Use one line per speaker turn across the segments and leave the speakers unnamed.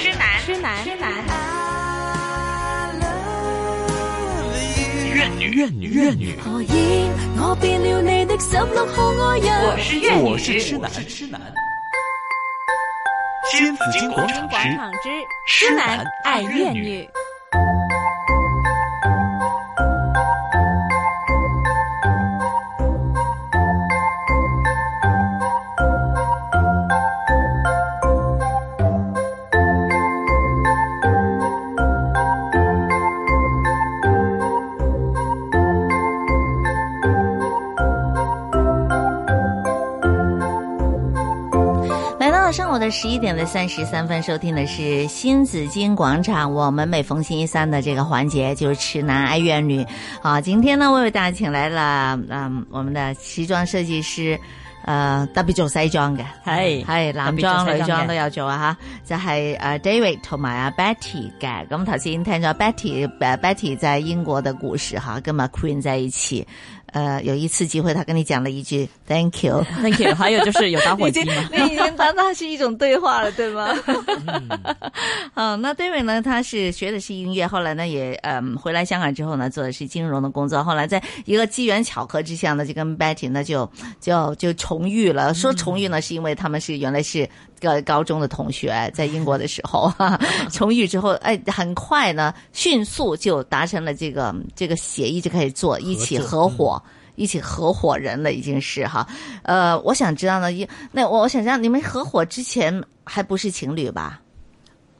痴男，痴男，
怨女，怨女，怨女。
何以我變了你的十六號愛人？
我是怨女，
我是痴男，是痴男。新紫金广场
广
之
场之
痴
男
男
爱
爱
怨
怨
女
女。
来到了上午的十一点的三十三分，收听的是新紫金广场。我们每逢星期三的这个环节就是痴男爱怨女。好，今天呢，我为大家请来了，嗯，我们的时装设计师，呃，特別做西裝嘅，
係
係男
特別做西裝
裝
嘅
女裝都有做啊吓，就係、呃 David 同埋阿 Betty 嘅。咁頭先聽咗 Betty，呃 Betty 在英國的故事哈，跟阿 Queen 在一起。呃，有一次机会，他跟你讲了一句 “Thank you”，，
Thank you。还有就是有打火机嘛
你已经当它是一种对话了，对吗？嗯，那 David 呢？他是学的是音乐，后来呢也嗯回来香港之后呢，做的是金融的工作。后来在一个机缘巧合之下呢，就跟 Betty 呢就就就重遇了。说
嗯
重遇呢，是因为他们是原来是个高中的同学，在英国的时候 重遇之后，哎，很快呢，迅速就达成了这个这个协议，就开始做一起合伙。
嗯
一起合伙人了，已经是哈，呃，我想知道呢，一那我我想知道你们合伙之前还不是情侣吧？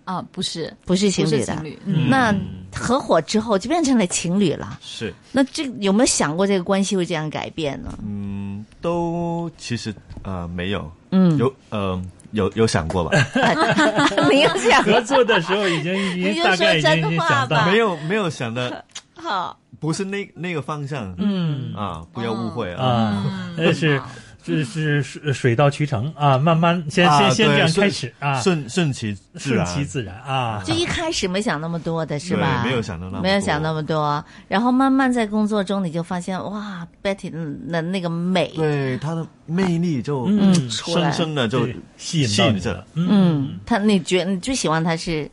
啊，不是，
不是情
不
侣
是
的，
情侣，嗯，
那合伙之后就变成了情侣了。
是，
那这有没有想过这个关系会这样改变呢？
嗯，都其实呃没有，
嗯，
有呃有有想过吧？
没有想
合作的时候已经已
你就
经大概已
说真
经已经
话
想到
吧
了，
没有没有想的，
好，
不是那那个方向，
嗯
啊，不要误会啊。
嗯
啊，那是这是水水到渠成啊，慢慢先先先这
对
样
顺
开始啊，
顺顺其自
顺
然，
其自然啊，
就一开始没想那么多的是吧？
对没有想到那么多
没有想那么多，然后慢慢在工作中你就发现哇，Betty 的那个美，
对他的魅力就
嗯
出来
深深的就
对吸引
吸
到
引
你
着
了，，嗯，
嗯，他你觉你最喜欢他是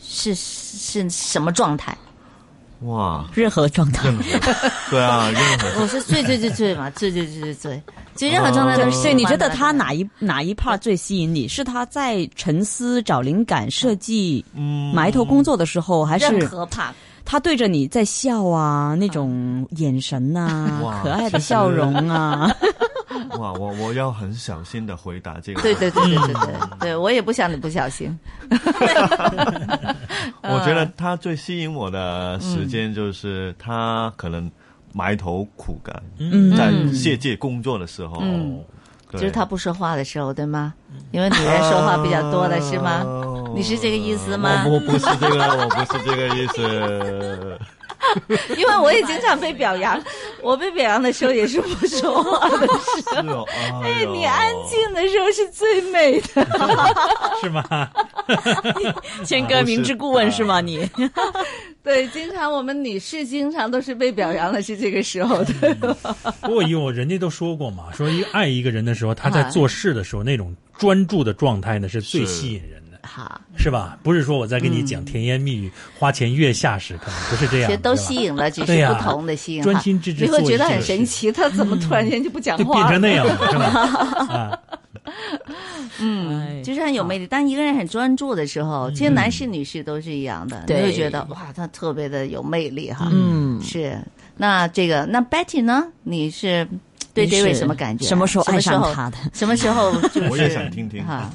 是是什么状态？
哇，
任何状态，
任何 对啊，任何
我是最最最最嘛，最最最最最，就任何状态都是喜欢的。
哦所以你觉得他
对吧
哪一哪一 part 最吸引你？是他在沉思、找灵感、设计、
嗯
埋头工作的时候，还
任
是
何 part
他对着你在笑啊？那种眼神啊，
哇
可爱的笑容啊，
哇，我我要很小心的回答这个。
对对，对对对对，
嗯
对我也不想你不小心。嗯
我觉得他最吸引我的时间就是他可能埋头苦干，
嗯，
在业界工作的时候，
嗯
对
就是他不说话的时候，对吗？因为女人说话比较多的是吗？
哦
你是这个意思吗
我我不是 这个，我不是这个意思。
因为我也经常被表扬，我被表扬的时候也是不说话的时候。
是哦，哎
对
呦
你安。静的时候是最美的，
是吗？
谦哥明知故问是吗？你
对，经常我们女士经常都是被表扬的是这个时候的，
不过以我人家都说过嘛，说一个爱一个人的时候，他在做事的时候那种专注的状态呢，是最
是
吸引人的。
好，
是吧？不是说我在跟你讲甜言蜜语、花前月下时，可能不是这
其
样
实
的，
嗯都
对吧
吸引了，只
对
是
呀
不同的吸引哈。
专心致志
你
做
会
一
觉得
件
很神
事
奇，他怎么突然间就不讲
就变
话了
成？那样了，是吧？ 啊，
嗯哎
就是很有魅力。当一个人很专注的时候，其实男士、女士都是一样的，你
嗯对
会觉得哇，他特别的有魅力哈。，
嗯，
是。那这个，那 Betty 呢？你是对
你
这位
是
什么感觉啊？
什么时候爱上
什么时候
他的？
什么时候就是？
我也想听听
哈。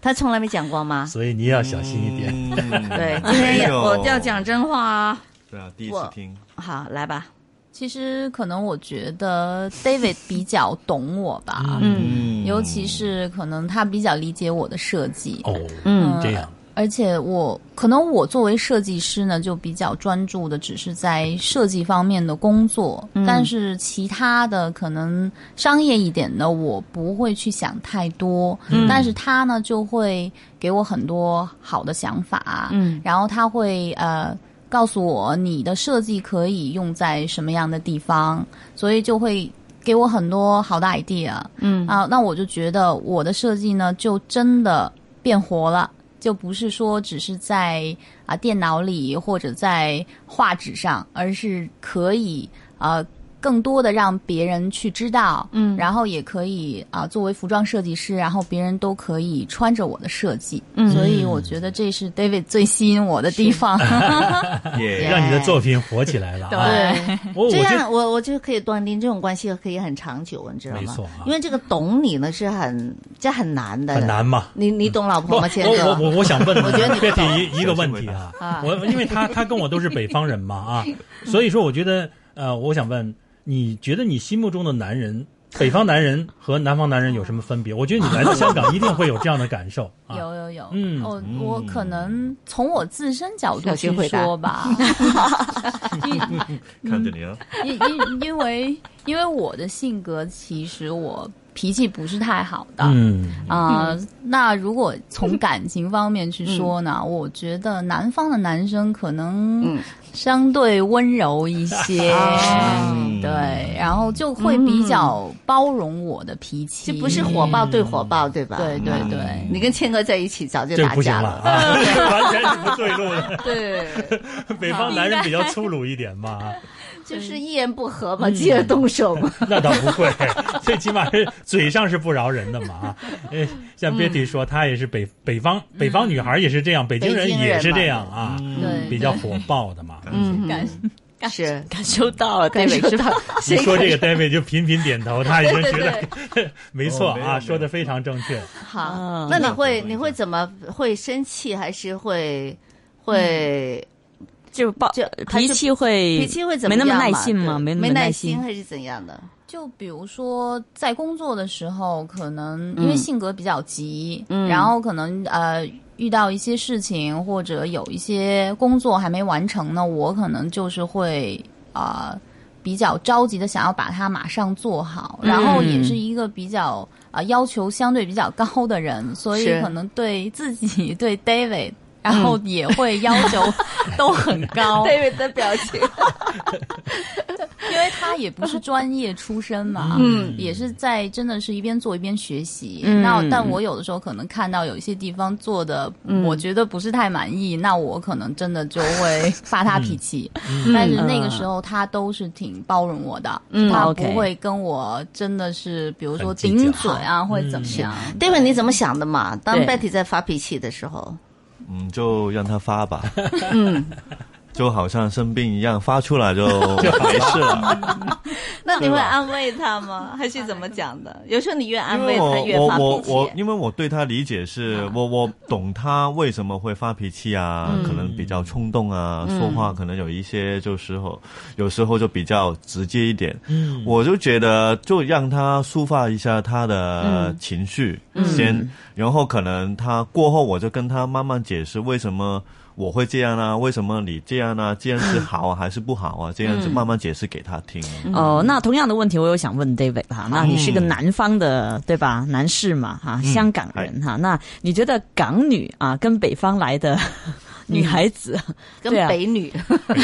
他从来没讲过 吗？
所以你要小心一点。
嗯
哎
对，今天
没
也
有
我要讲真话啊。
对啊，第一
我
次听，
好，来吧。
其实可能我觉得 David 比较懂我吧，
嗯
嗯
尤其是可能他比较理解我的设计，
哦，
嗯
这样
而且我可能我作为设计师呢，就比较专注的只是在设计方面的工作，
嗯
但是其他的可能商业一点的，我不会去想太多。
嗯
但是他呢，就会给我很多好的想法，
嗯
然后他会呃。告诉我你的设计可以用在什么样的地方，所以就会给我很多好的 idea。
嗯
啊，那我就觉得我的设计呢，就真的变活了。就不是说只是在啊电脑里或者在画纸上，而是可以啊。更多的让别人去知道，嗯，然后也可以啊、作为服装设计师，然后别人都可以穿着我的设计，嗯，所以我觉得这是 David 最吸引我的地 方。
嗯
也
让你的作品火起来了啊！
哎
对，
我我
这
这
样我我就可以断定这种关系可以很长久，你知道吗？
没错啊
因为这个懂你呢是很这很难的，
很难嘛。
你你懂老婆
哦我
吗，谦哥？
我我我想问，
我觉得你
别
不
提
懂
一一个问题啊，我因为他他跟我都是北方人嘛啊，所以说我觉得呃，我想问，你觉得你心目中的男人，北方男人和南方男人有什么分别？我觉得你来到香港一定会有这样的感受啊。
有有有，
嗯
我我可能从我自身角度
小心
去
回答
说吧，
看着你啊，
因因因为因为我的性格，其实我脾气不是太好的，
嗯，
啊、那如果从感情方面去说呢，我觉得南方的男生可能
嗯
相对温柔一些，
啊
对，然后就会比较包容我的脾气，
这不是 火爆对火爆，对吧？嗯
对对对。
你跟谦哥在一起早就
这
打
不行
架
了啊， 完全是不对路的。
对，
北方男人比较粗鲁一点嘛，啊
就是一言不合
嗯
嘛，继而动手 嘛。
那倒不会，最起码是嘴上是不饶人的嘛啊。呃，像 Betty 说，她也是北北方北方女孩也是这样，北京人也是这样啊，
对
比较火爆的嘛。
嗯，
感
是
感受到了，
感
对
受到。
你
谁
说这个 David 就频频点头，他已经觉得 没错
哦没有没
啊，
有
说的非常正确。
好，
啊
那你
那
会
我懂
你会怎么会生气，还是会会
就是暴
就还是
脾气会
脾气会怎么
嗯没那
样
么
嘛？
耐性嘛，
对
没
没
那么耐
心
心。
还是怎样的？
就比如说，在工作的时候，可能因为
嗯
性格比较急，
嗯
然后可能呃遇到一些事情或者有一些工作还没完成呢，我可能就是会啊、呃比较着急的想要把它马上做好，然后也
嗯
是一个比较啊、呃要求相对比较高的人，所以
是嗯
可能对自己对 David，然后也会要求 都很高，
David 的表情，
因为他也不是专业出身嘛，
嗯
也是在真的是一边做一边学习。
嗯
那但我有的时候可能看到有一些地方做的，
嗯
我觉得不是太满意，那我可能真的就会发他脾气。 但是那个时候他都是挺包容我的，
嗯
他不
OK
会跟我真的是比如说
很计较
顶嘴啊，或者怎么样。
David 你怎么想的嘛？当
对
Betty 在发脾气的时候，
嗯，就让他发吧，嗯， 就好像生病一样，发出来 就没事了。
那你会
对吧
安慰他吗？还是怎么讲的？有时候你越安
因
慰
为
他，
我
越
我
发啊
我
脾
我，
气。
因为我对他理解是我我懂他为什么会发脾气啊，
嗯
可能比较冲动啊，说话可能有一些就时候有时候就比较直接一点，
嗯，
我就觉得就让他抒发一下他的
嗯
情绪先，然后可能他过后我就跟他慢慢解释为什么我会这样啊，为什么你这样啊，这样是好啊还是不好啊，这样
嗯
子慢慢解释给他听。啊
哦，那同样的问题我有想问 David 哈，那你是个
嗯
南方的对吧？男士嘛
嗯
哈，香港人
哎
哈，那你觉得港女啊跟北方来的
嗯
女孩子，
跟
对啊
北女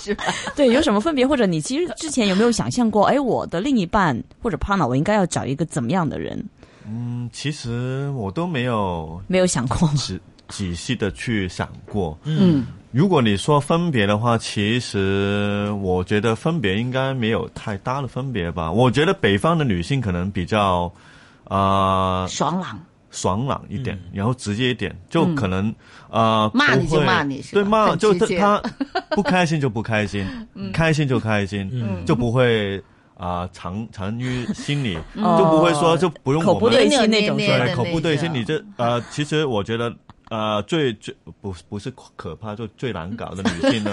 是吧？
对有什么分别？或者你其实之前有没有想象过，哎，我的另一半或者 partner 我应该要找一个怎么样的人？
嗯，其实我都没有
没有想过吗？
仔仔细的去想过。
嗯，
如果你说分别的话，其实我觉得分别应该没有太大的分别吧。我觉得北方的女性可能比较，呃，
爽朗。
爽朗一点，然后直接一点，就可能、呃
嗯骂你
不会
就骂你是吧
对骂
很
就
直接嗯
他他不开心就不 开心，开心就开心，就不会啊、呃藏藏于心里，
嗯
就不会
哦
说就不用
口
我
不
们
对心那种说
扭捏
法
捏
对
的
口不对心，
那
你
种
这呃其实我觉得。呃，最最不不是可怕，就最难搞的 女性呢，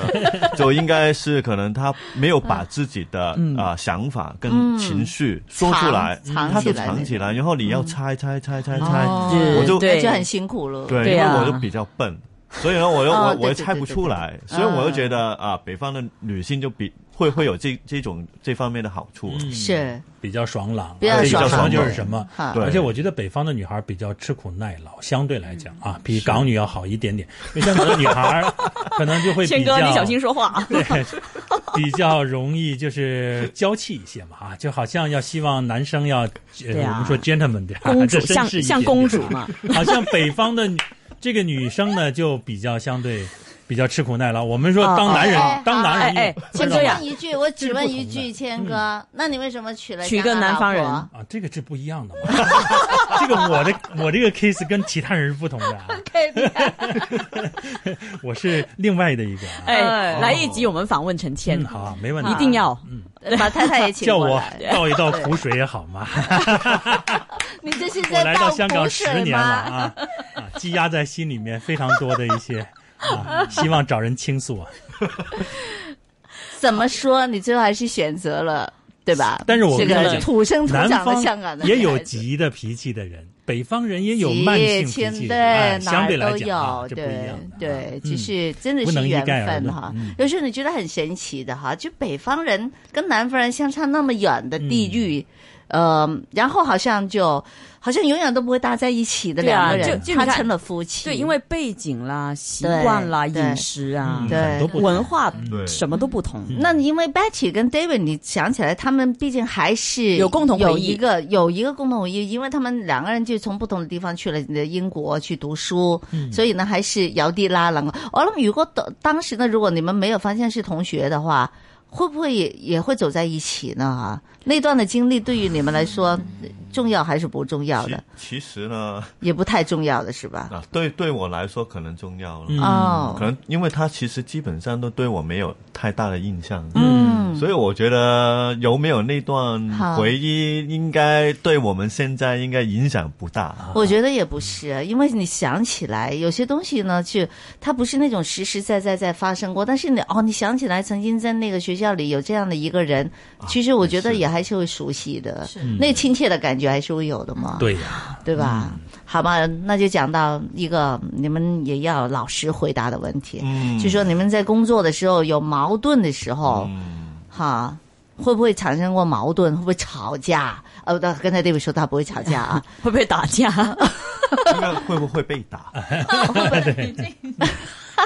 就应该是可能她没有把自己的啊想法跟情绪说出来，
嗯藏
她
藏起
就
来嗯
藏起来，然后你要猜猜猜猜猜，
哦
对
我就
对
那就很辛苦了。
对，
对
因为
啊
我就比较笨，所以呢，我又
哦
我
对
我
对
又
对
猜不
对
出
对嗯
来，所以我就觉得啊，北方的女性就比会会有这这种这方面的好处。啊
是
比较爽朗，
比较
啊这
爽
个
朗
爽就是什么？
哈
对
而且我觉得北方的女孩比较吃苦耐劳，相对来讲啊，比港女要好一点点。因为香港的女孩可能就会比
谦哥，
较，
你小心说话啊！
对，比较容易就是娇气一些嘛啊，就好像要希望男生要，呃
啊
我们说 gentleman 点儿，
公主
这绅
像
士一点
像公主嘛，
好像北方的女这个女生呢就比较相对比较吃苦耐劳。我们说
哦
当男人
哦哦，
当男
哎
人
哎
用
千哥
知道吗
呀
问一句，我只问一
这
句，谦
嗯
哥，那你为什么娶了
娶个
香港
南方
老婆
人
啊，这个是不一样的嘛。 这个我的我这个 case 跟其他人是不同 的啊， 我是另外的一个啊。
哎，来一集我们访问陈倩
嗯，，好啊，没问题，
一定要
把太太也请
叫
过
我
来。
倒一倒苦水也好嘛。
你这是
我
在
来到
倒
香港
苦
十
水
年了
吗？
啊，啊，积压在心里面非常多的一些啊，希望找人倾诉啊。
怎么说？你最后还是选择了，对吧？
但是我
这
看
个
了
土生土
南
长的
方
香港的
也
女
有
孩子
急的脾气的人，北方人也有
急
慢性脾
亲
气的
对，
人，哎
哪
相
儿
对来
都
讲啊
有，
这不一
对
样的啊。
对，
嗯
只是真的
不
是
能一
缘
概而
分
论
哈
嗯。
有时候你觉得很神奇的哈，就北方人跟南方人相差那么远的
嗯
地域，呃，然后好像就好像永远都不会搭在一起的
对啊
两个
就
人，
就你
他
看
成了夫妻。
对，因为背景啦、习惯啦、
对
饮食啊
嗯、
对
很多不嗯
文化
对
什么都不同。
那你因为 Betty 跟 David，你想起来，他们毕竟还是
有共同回忆
有一个有一个共同回忆，因为他们两个人就从不同的地方去了呃英国去读书，
嗯
所以呢还是遥地拉郎。我谂如果当当时呢，如果你们没有发现是同学的话，会不会也也会走在一起呢？啊，那段的经历对于你们来说重要还是不重要
其
的？
其实呢，
也不太重要的是吧？
啊，对对我来说可能重要了，
嗯
啊
哦
可，能因为他其实基本上都对我没有太大的印象，
嗯，
所以我觉得有没有那段
好
回忆，应该对我们现在应该影响不大。
嗯
我觉得也不是，因为你想起来有些东西呢，就它不是那种实实在在在发生过，但是你哦，你想起来曾经在那个学校里有这样的一个人，
啊
其实我觉得也还是会熟悉的，那个亲切的感觉还是会有的嘛，
嗯对嗯呀，
对吧？好吧，那就讲到一个你们也要老实回答的问题，
嗯，
就说你们在工作的时候有矛盾的时候，
嗯，
哈，会不会产生过矛盾？会不会吵架？呃，不刚才这位说他不会吵架 啊。
会不会打架？
这个会不会被打？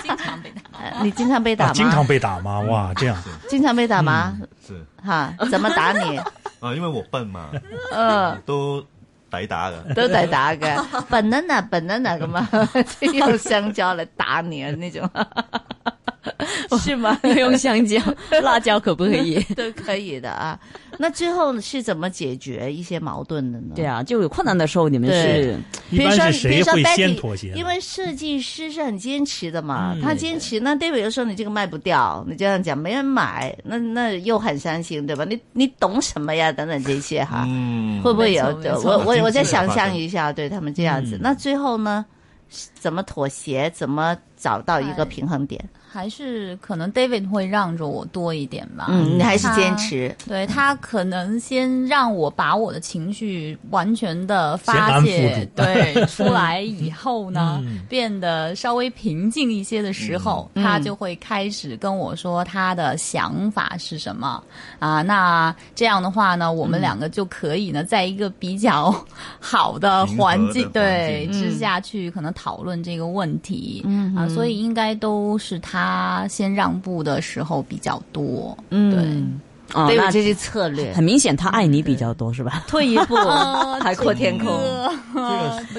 经常被打。
呃你经常被打吗？
啊经常被打吗？哇，这样
经常被打吗？
是
哈，怎么打你？
啊，因为我笨 嘛，
嗯，
都抵打的。
都得打嘅，banana banana 咁啊， 即係用香蕉嚟打你啊那种，
是吗？要用香蕉、辣椒可不可以？
都可以的啊。那最后是怎么解决一些矛盾的呢？
对啊，就有困难的时候，你们是
一
比如
般
说，
是
比
谁
如说
会
Betty，
先妥协呢？
因为设计师是很坚持的嘛，
嗯
他坚持。那 David 又说你这个卖不掉，你这样讲没人买，那那又很伤心，对吧？你你懂什么呀？等等这些哈。
啊
嗯，
会不会有
没错？没错
我我我再
经济的
想
发
象
展
一下，对他们这样子，
嗯
那最后呢，是怎么妥协？怎么找到一个
哎
平衡点？
还是可能 David 会让着我多一点吧。
嗯，你还是
他
坚持，
对他可能先让我把我的情绪完全的
先
发
安抚
泄
住
对出来以后呢，
嗯
变得稍微平静一些的时候，
嗯
他就会开始跟我说他的想法是什么啊。那这样的话呢，我们两个就可以呢，在一个比较 好的
平和的
环境
环
对
境
之
嗯
下去可能讨论这个问题。
嗯
啊，所以应该都是他先让步的时候比较多，
嗯，
啊，
对，
那
这是策略，
很明显他爱你比较多，是吧？
退一步海阔天空。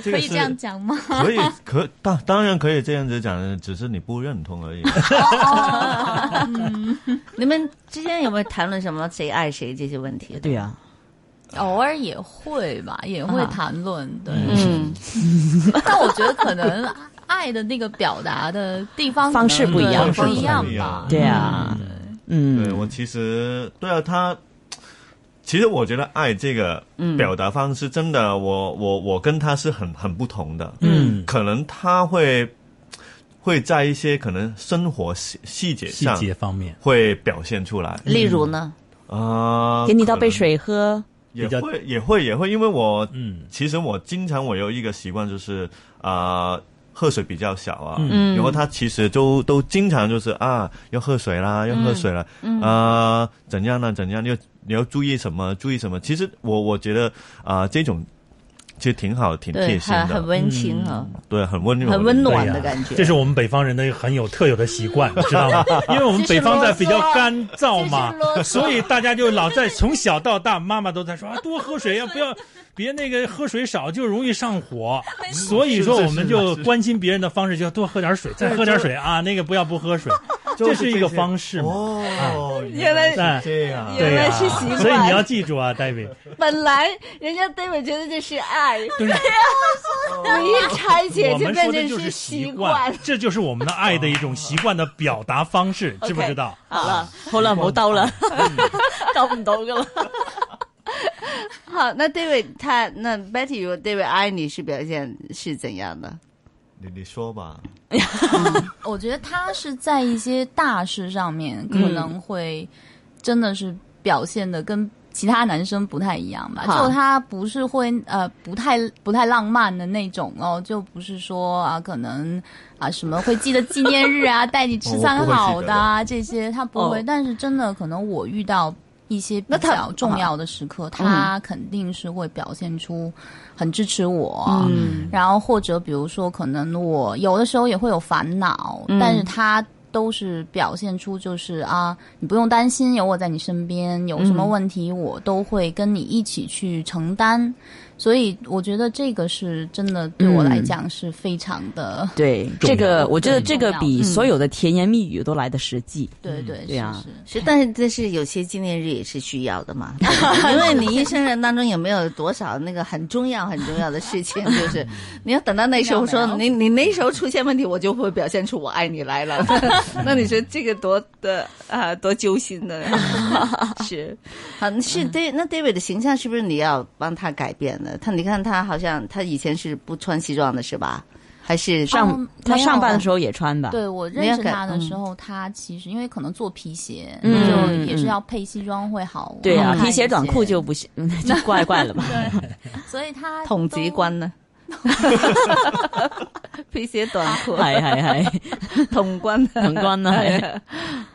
这个这
啊可
个
以
是
这样讲吗？
可以可当当然可以这样子讲，只是你不认同而已。
你们之间有没有谈论什么谁爱谁这些问题？
对啊，
偶尔也会吧，也会谈论，对。
嗯，
但我觉得可能爱的那个表达的地方
方式不一样
对
方
不
式
不
一
一
样吧
样？
对啊，
对
嗯，
我其实对啊，他其实我觉得爱这个
嗯
表达方式真的，我我我跟他是很很不同的。
嗯
可能他会会在一些可能生活细细节
细
上
节方面，
会表现出来
例如呢？
啊，
给你倒杯
可能
水喝，
也
比较
会也会也会，因为我
嗯
其实我经常我有一个习惯就是啊、呃喝水比较少啊，
嗯
然后他其实都都经常就是啊要喝水
嗯
啦，要喝水啦，啊怎样呢怎样，要你要注意什么注意什么。其实我我觉得啊、这种其实挺好，挺贴
对，
心
很
的嗯
很，温情啊，
对，很温柔，
很温
对
暖
呀
的感觉
这是我们北方人的一个很有特有的习 惯，你知道吗？因为我们北方在比较干燥嘛
就是啰嗦，
所以大家就老在从小到大，妈妈都在说啊，多喝水啊，不 要别那个喝水少就容易上火。所以说我们就关心别人的方式就要多喝点水，再喝点水啊，那个不要不喝水，这是一个方式嘛。啊
哦，
原来
哎
这样，
对呀、
原来是习惯
所以你要记住啊，David。
本来人家 David 觉得这是爱，
对呀
你一拆解
我
就
们
变
说的
成
就是
习
习
惯
惯。，这就是我们的爱的一种习惯的表达方式，知不知道？
好啦，好啦，唔好兜 啦，
嗯
兜唔到噶啦。
好，那 David 他那 Betty 如果 David 爱你是表现是怎样的？
你你说吧，
我觉得他是在一些大事上面
嗯
可能会真的是表现的跟其他男生不太一样吧，
好
就他不是会呃不太不太浪漫的那种哦，就不是说啊可能啊什么会记得纪念日啊， 带你吃餐好的啊这些他不会，
哦
但是真的可能我遇到。一些比
那他嗯
较重要的时刻，他肯定是会表现出很支持我，
嗯
然后或者比如说，可能我有的时候也会有烦恼，
嗯
但是他都是表现出就是啊，你不用担心，有我在你身边，有什么问题我都会跟你一起去承担。所以我觉得这个是真的对我来讲是非常的，
对，
重
这
要
个我觉得这个
重
比所有的甜言蜜语都来的实际。
对对
对啊
是是
是，但是但是有些纪念日也是需要的 嘛，因为你一生人当中有没有多少那个很重要很重要的事情， 就是你要等到那时候说
没
你你那时候出现问题，我就会表现出我爱你来 了。那你说这个多的啊多揪心 的，是，嗯好是 David 那 David 的形象是不是你要帮他改变的？他你看他好像他以前是不穿西装的是吧？还是啊
上、
嗯
他
没有
上班的时候也穿吧？
对我
你
认
要
识
改
他的
嗯
时候，他其实因为可能做皮鞋，
嗯
就也是
嗯
要配西装会好。
对啊
嗯
好，看
皮鞋
一
短裤
些
就不行，嗯 就怪怪 了吧？
所以他
统级
都
官呢？皮鞋短 裤，
系系系，
统官呢
能关啊啦，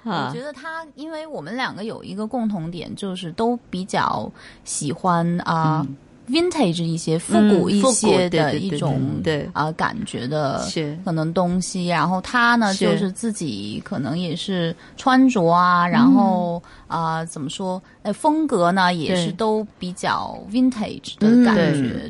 系
啊
我觉得他，因为我们两个有一个共同点，就是都比较喜欢啊、vintage
嗯
一些复古一些的一种
对
啊、感觉的。
是
可能东西，然后他呢，
是
就是自己可能也是穿着啊，然
嗯
后啊、怎么说，呃，风格呢也
对嗯
是都比较 vintage 的感觉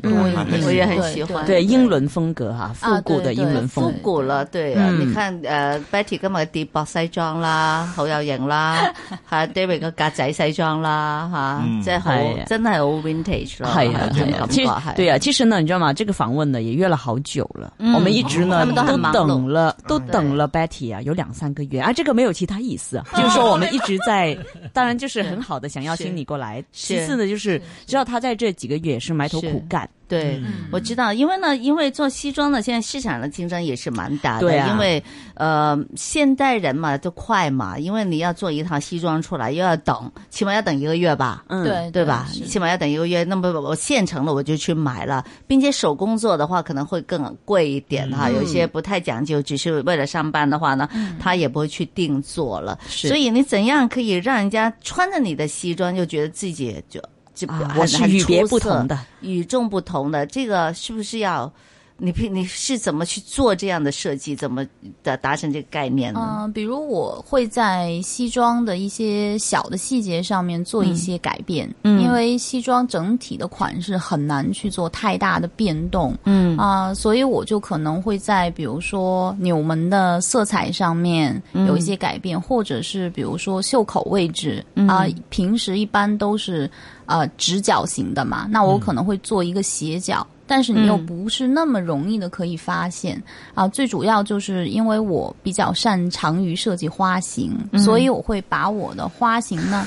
对
多一
嗯
点，
我也
很
对
喜欢
对英伦风格哈，
啊
复古的英伦
呃复
风。
古啦，對啊！
嗯
你看誒 Betty 今日嘅跌薄西 裝啦，好有型啦，嚇 David 嘅格仔西裝啦，
嗯
嚇，即係
係
好
啊
真係好 vintage 咯，
系啊，系
種
啊
感，覺
其实
係
对啊，其实呢，你知道吗？这个访问呢也约了好久了，
嗯
我们一直
他
呢
们都
都
很忙碌嗯
等了，都等了 Betty 啊，有两三个月啊。这个没有其他意思
哦
啊，就是说我们一直 在，当然就是很好的想邀请你过来。
是
其次呢，就是知道他在这几个月也是埋头
是
苦干，
对，
嗯
嗯
我知道，因为呢，因为做西装呢，现在市场的竞争也是蛮大的，
对啊
因为呃，现代人嘛都快嘛，因为你要做一套西装出来，又要等，起码要等一个月吧，
嗯，
对
对吧？
是
起码要等一个月。那么我现成的我就去买了，并且手工做的话可能会更贵一点哈。
嗯
有些不太讲究，只是为了上班的话呢，他也不会去定做了。
是
所以你怎样可以让人家穿着你的西装就觉得自己就就
啊
很、
我是
很
与别
出
不
色
同的，
与众不同的？这个是不是要？你平你是怎么去做这样的设计？怎么的达成这个概念
啊
呢？
嗯，比如我会在西装的一些小的细节上面做一些改变，
嗯
因为西装整体的款式很难去做太大的变动
嗯
啊、所以我就可能会在比如说纽门的色彩上面
嗯
有一些改变，或者是比如说袖口位置
嗯
啊、平时一般都是呃直角型的嘛，那我可能会做一个斜角。但是你又
嗯
不是那么容易的可以发现，啊，最主要就是因为我比较擅长于设计花型，
嗯
所以我会把我的花型呢，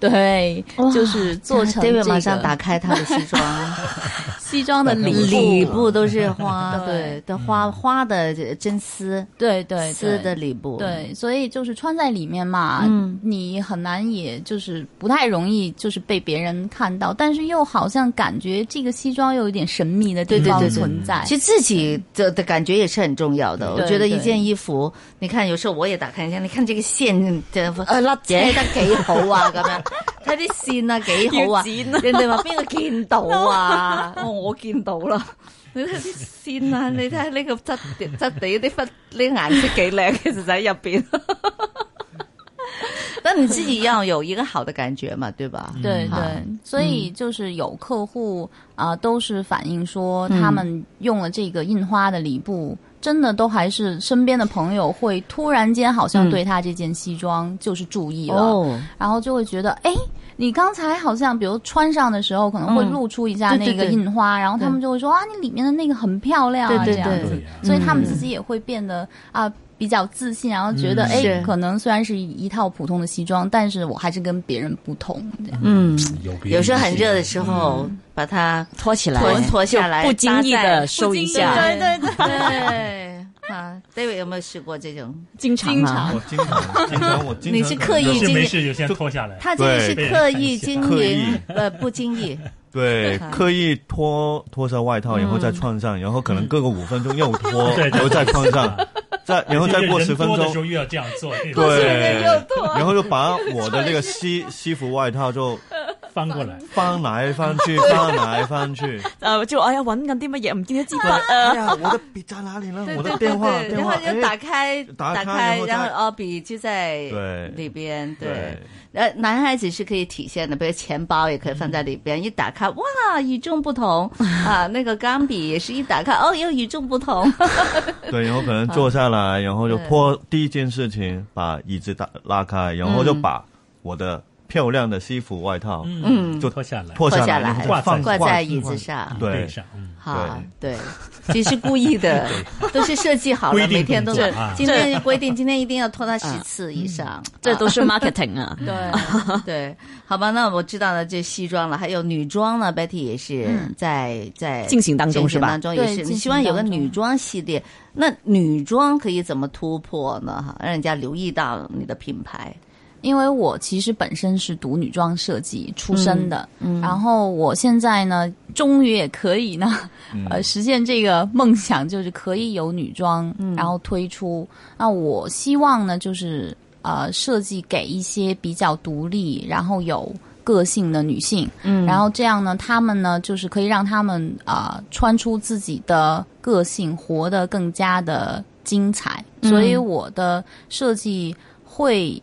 对，就是做成这
David
个
马上打开他的西装。
西装的礼
礼
部，
部都是花，对
对
的花花的真丝
对对
丝
对
的礼部，
对，所以就是穿在里面嘛，
嗯
你很难，也就是不太容易，就是被别人看到，但是又好像感觉这个西装又有点神秘的地
对对
方
对对
存在。
其实自己的的感觉也是很重要的。
对
我觉得
对
一件衣服， 你看有时候我也打开一下，你看这个线这
呃，辣
扯
姐，
得幾好啊咁樣，睇啲線啊幾好 啊，人哋話邊個見到啊？
嗯
哦，我見到 啦。你睇下啲線啊，你睇下呢個質地 質地啲忽呢顏色幾靚，其實就喺入邊。但你自己要有一個好的感覺嘛，對吧？
对
好
对，所以就是有客户啊、都是反映说他们用了这个印花的礼布，真的都还是身边的朋友会突然间好像对他这件西装就是注意了，
嗯哦
然后就会觉得哎。你刚才好像，比如穿上的时候，可能会
嗯
露出一下
对
那
对
个
对
印花，然后他们就会说啊，你里面的那个很漂亮啊，
对对
这样
对
子
对呀，
所以他们自己也会变得啊比较自信，然后觉得
嗯
哎，
是
可能虽然是一套普通的西装，但是我还是跟别人不同，这样。
嗯，
有别
有时候很热的
候，
时候，
嗯
把它
脱起来，
脱脱下来，
就不经意
搭
的
在
收一下，
对对对对。 啊，David 有没有试过这种？
经常啊，
我经常经常我经常
你是刻意
有事
经
没
营，
事就先脱下来。
他这个是
对
刻意经
刻
营
意，
呃，不经意。
对刻意脱脱下外
嗯
套，然后再穿上，然后可能过个五分钟又脱，
对对
然后再穿上，再然后再过十分
人多的时
钟
候，又要这样做，这种
对，然后就把我的那个西西服外套就
翻过来，
翻来翻去，翻来翻去。
呃，就哎呀，揾緊啲乜嘢唔見咗支 筆
哎呀，我的笔在哪里呢？我的电话，
然
电话
后，就打
哎，
开，
打开
开，
然
然
后
后
再
哦，笔就在
对
里边，对
对。
呃，男孩子是可以体现的，比如钱包也可以放在里边，一打开，哇，与众不 同啊！那个钢笔也是一打开，哦，又与众不同。
对，然后可能坐下来，然后就脱第一件事情，把椅子打拉开，然后就把我的漂亮的西服外套
嗯
就
脱下来，
脱
脱下
下
来
来，然后再放
挂在椅子
放
上
对
背，上，嗯
好，对，其实故意的，都是设计好了，
规定
每天都
动作
是
啊
今天规定，今天一定要
啊
拖到十次以上，
嗯
这
啊
都是 marketing 啊。
对 对，好吧，那我知道了，这西装了，还有女装呢，Betty 也是在在
嗯进行当中
进
是吧
当中
对
也是，你
进
希望
行
有个
当中
女装系列，那女装可以怎么突破呢？哈，让人家留意到你的品牌。
因为我其实本身是读女装设计出身的，
嗯
然后我现在呢，终于也可以呢，呃，实现这个梦想，就是可以有女装，然后推出。那我希望呢，就是呃，设计给一些比较独立，然后有。个性的女性，嗯，然后这样呢，她们呢，就是可以让她们啊、呃穿出自己的个性，活得更加的精彩。所以我的设计会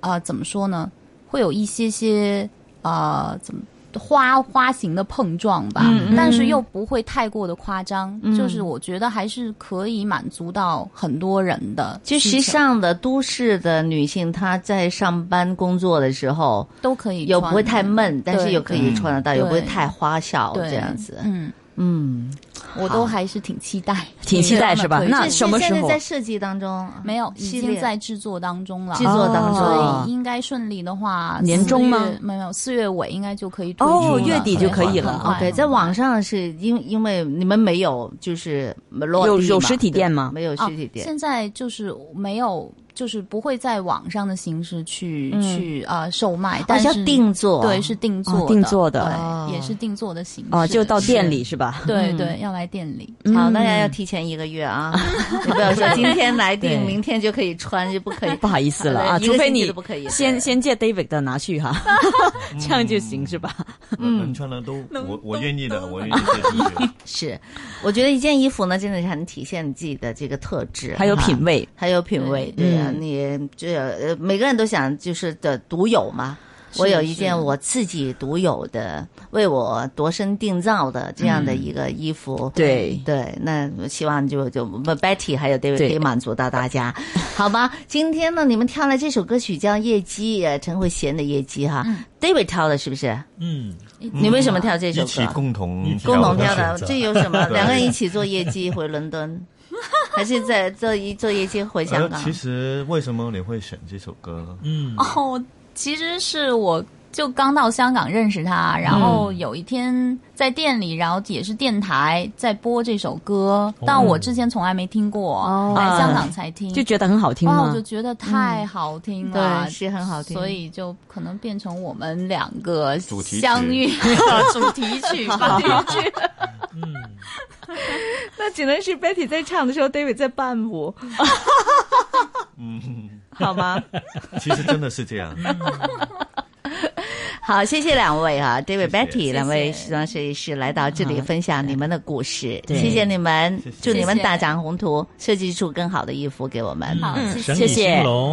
啊、怎么说呢？会有一些些啊、怎么花花型的碰撞吧，
嗯
但是又不会太过的夸张，就是我觉得还是可以满足到很多人的
就
需求，
时尚的都市的女性，她在上班工作的时候，
都可以穿，
又不会太闷，但是
对
又可以
嗯
穿得到，又不会
对
太花哨，
对
这样子。
嗯，
嗯，
我都还是挺期待，
挺期待是吧
女装的
那
这
推出
什么
现
时
在
候
在设计当中啊
没有，已
系
经
列
在制作当中了。
制作当中，
哦
所以应该顺利的话，
年终吗
四月没有没有，四月尾应该就可以推出
哦
了
月底就可以了
很快
OK，在网上是因因为你们没有就是落地
有
嘛
有实体
对
店吗哦
没有实
啊，
体店，
现在就是没有，就是不会在网上的形式去、
嗯
去呃售卖，
好
但
像
是
定做
对是定做的、
哦定做的
对、
哦
也是定做的形式
哦，就到店嗯
是
里是吧？
对对，要来店里。
好，大家
嗯
要提前一个 月啊，你不要说今天来定，
对
明天就可以穿，就不可以。
不好意思了啊，
一个
除非
星期
你
都不可以
先
对
先借 David 的拿去 哈， 这样就行是吧？
嗯能穿的都，我我愿意的，我愿意的。
是，我觉得一件衣服呢，真的是很体现你自己的这个特质，
还有
哈
品味，
还有品味，
对
对呀、
嗯
你这呃，每个人都想就是的独有嘛。我有一件
是
我自己独有的、为我度身定造的这样的一个衣服，
对
嗯对，那我希望就就不 Betty 还有 David 可
对
以满足到大 家，好吧？今天呢，你们挑了这首歌曲叫《夜机》，呃，陈慧娴的《夜机》哈、d a v i d 挑的是不是？
嗯，
你为什么挑这首
一
歌
起？共同
共同挑
挑的，
的
选择
这有什么？
对
两个人一起坐夜机回伦敦， 还是在坐一坐夜机回香
呃，
港
其？实为什么你会选这首歌呢？
嗯，
哦，其实是我就刚到香港认识他，然
嗯
后有一天在店里，然后也是电台在播这首歌，
哦
但我之前从来没听过，来
啊
香港才
嗯
听，
就觉得很好听
哦
哦
哇，我
吗
就？觉得太好听了，
对，是很好听。
所以就可能变成我们两个
主题曲
相遇 的主题曲吧。
那只能是 Betty 在唱的时候，David 在伴 舞，
嗯，
好吗？
其实真的是这样。
好，谢谢两位啊，David、
谢嗯
Betty 两位时装设计师来到这里分享你们的故事，
对
谢谢你们，
谢谢
祝你们
谢谢
大展宏图，设计出更好的衣服给我们。
嗯
好谢谢
审美
谢谢
兴隆。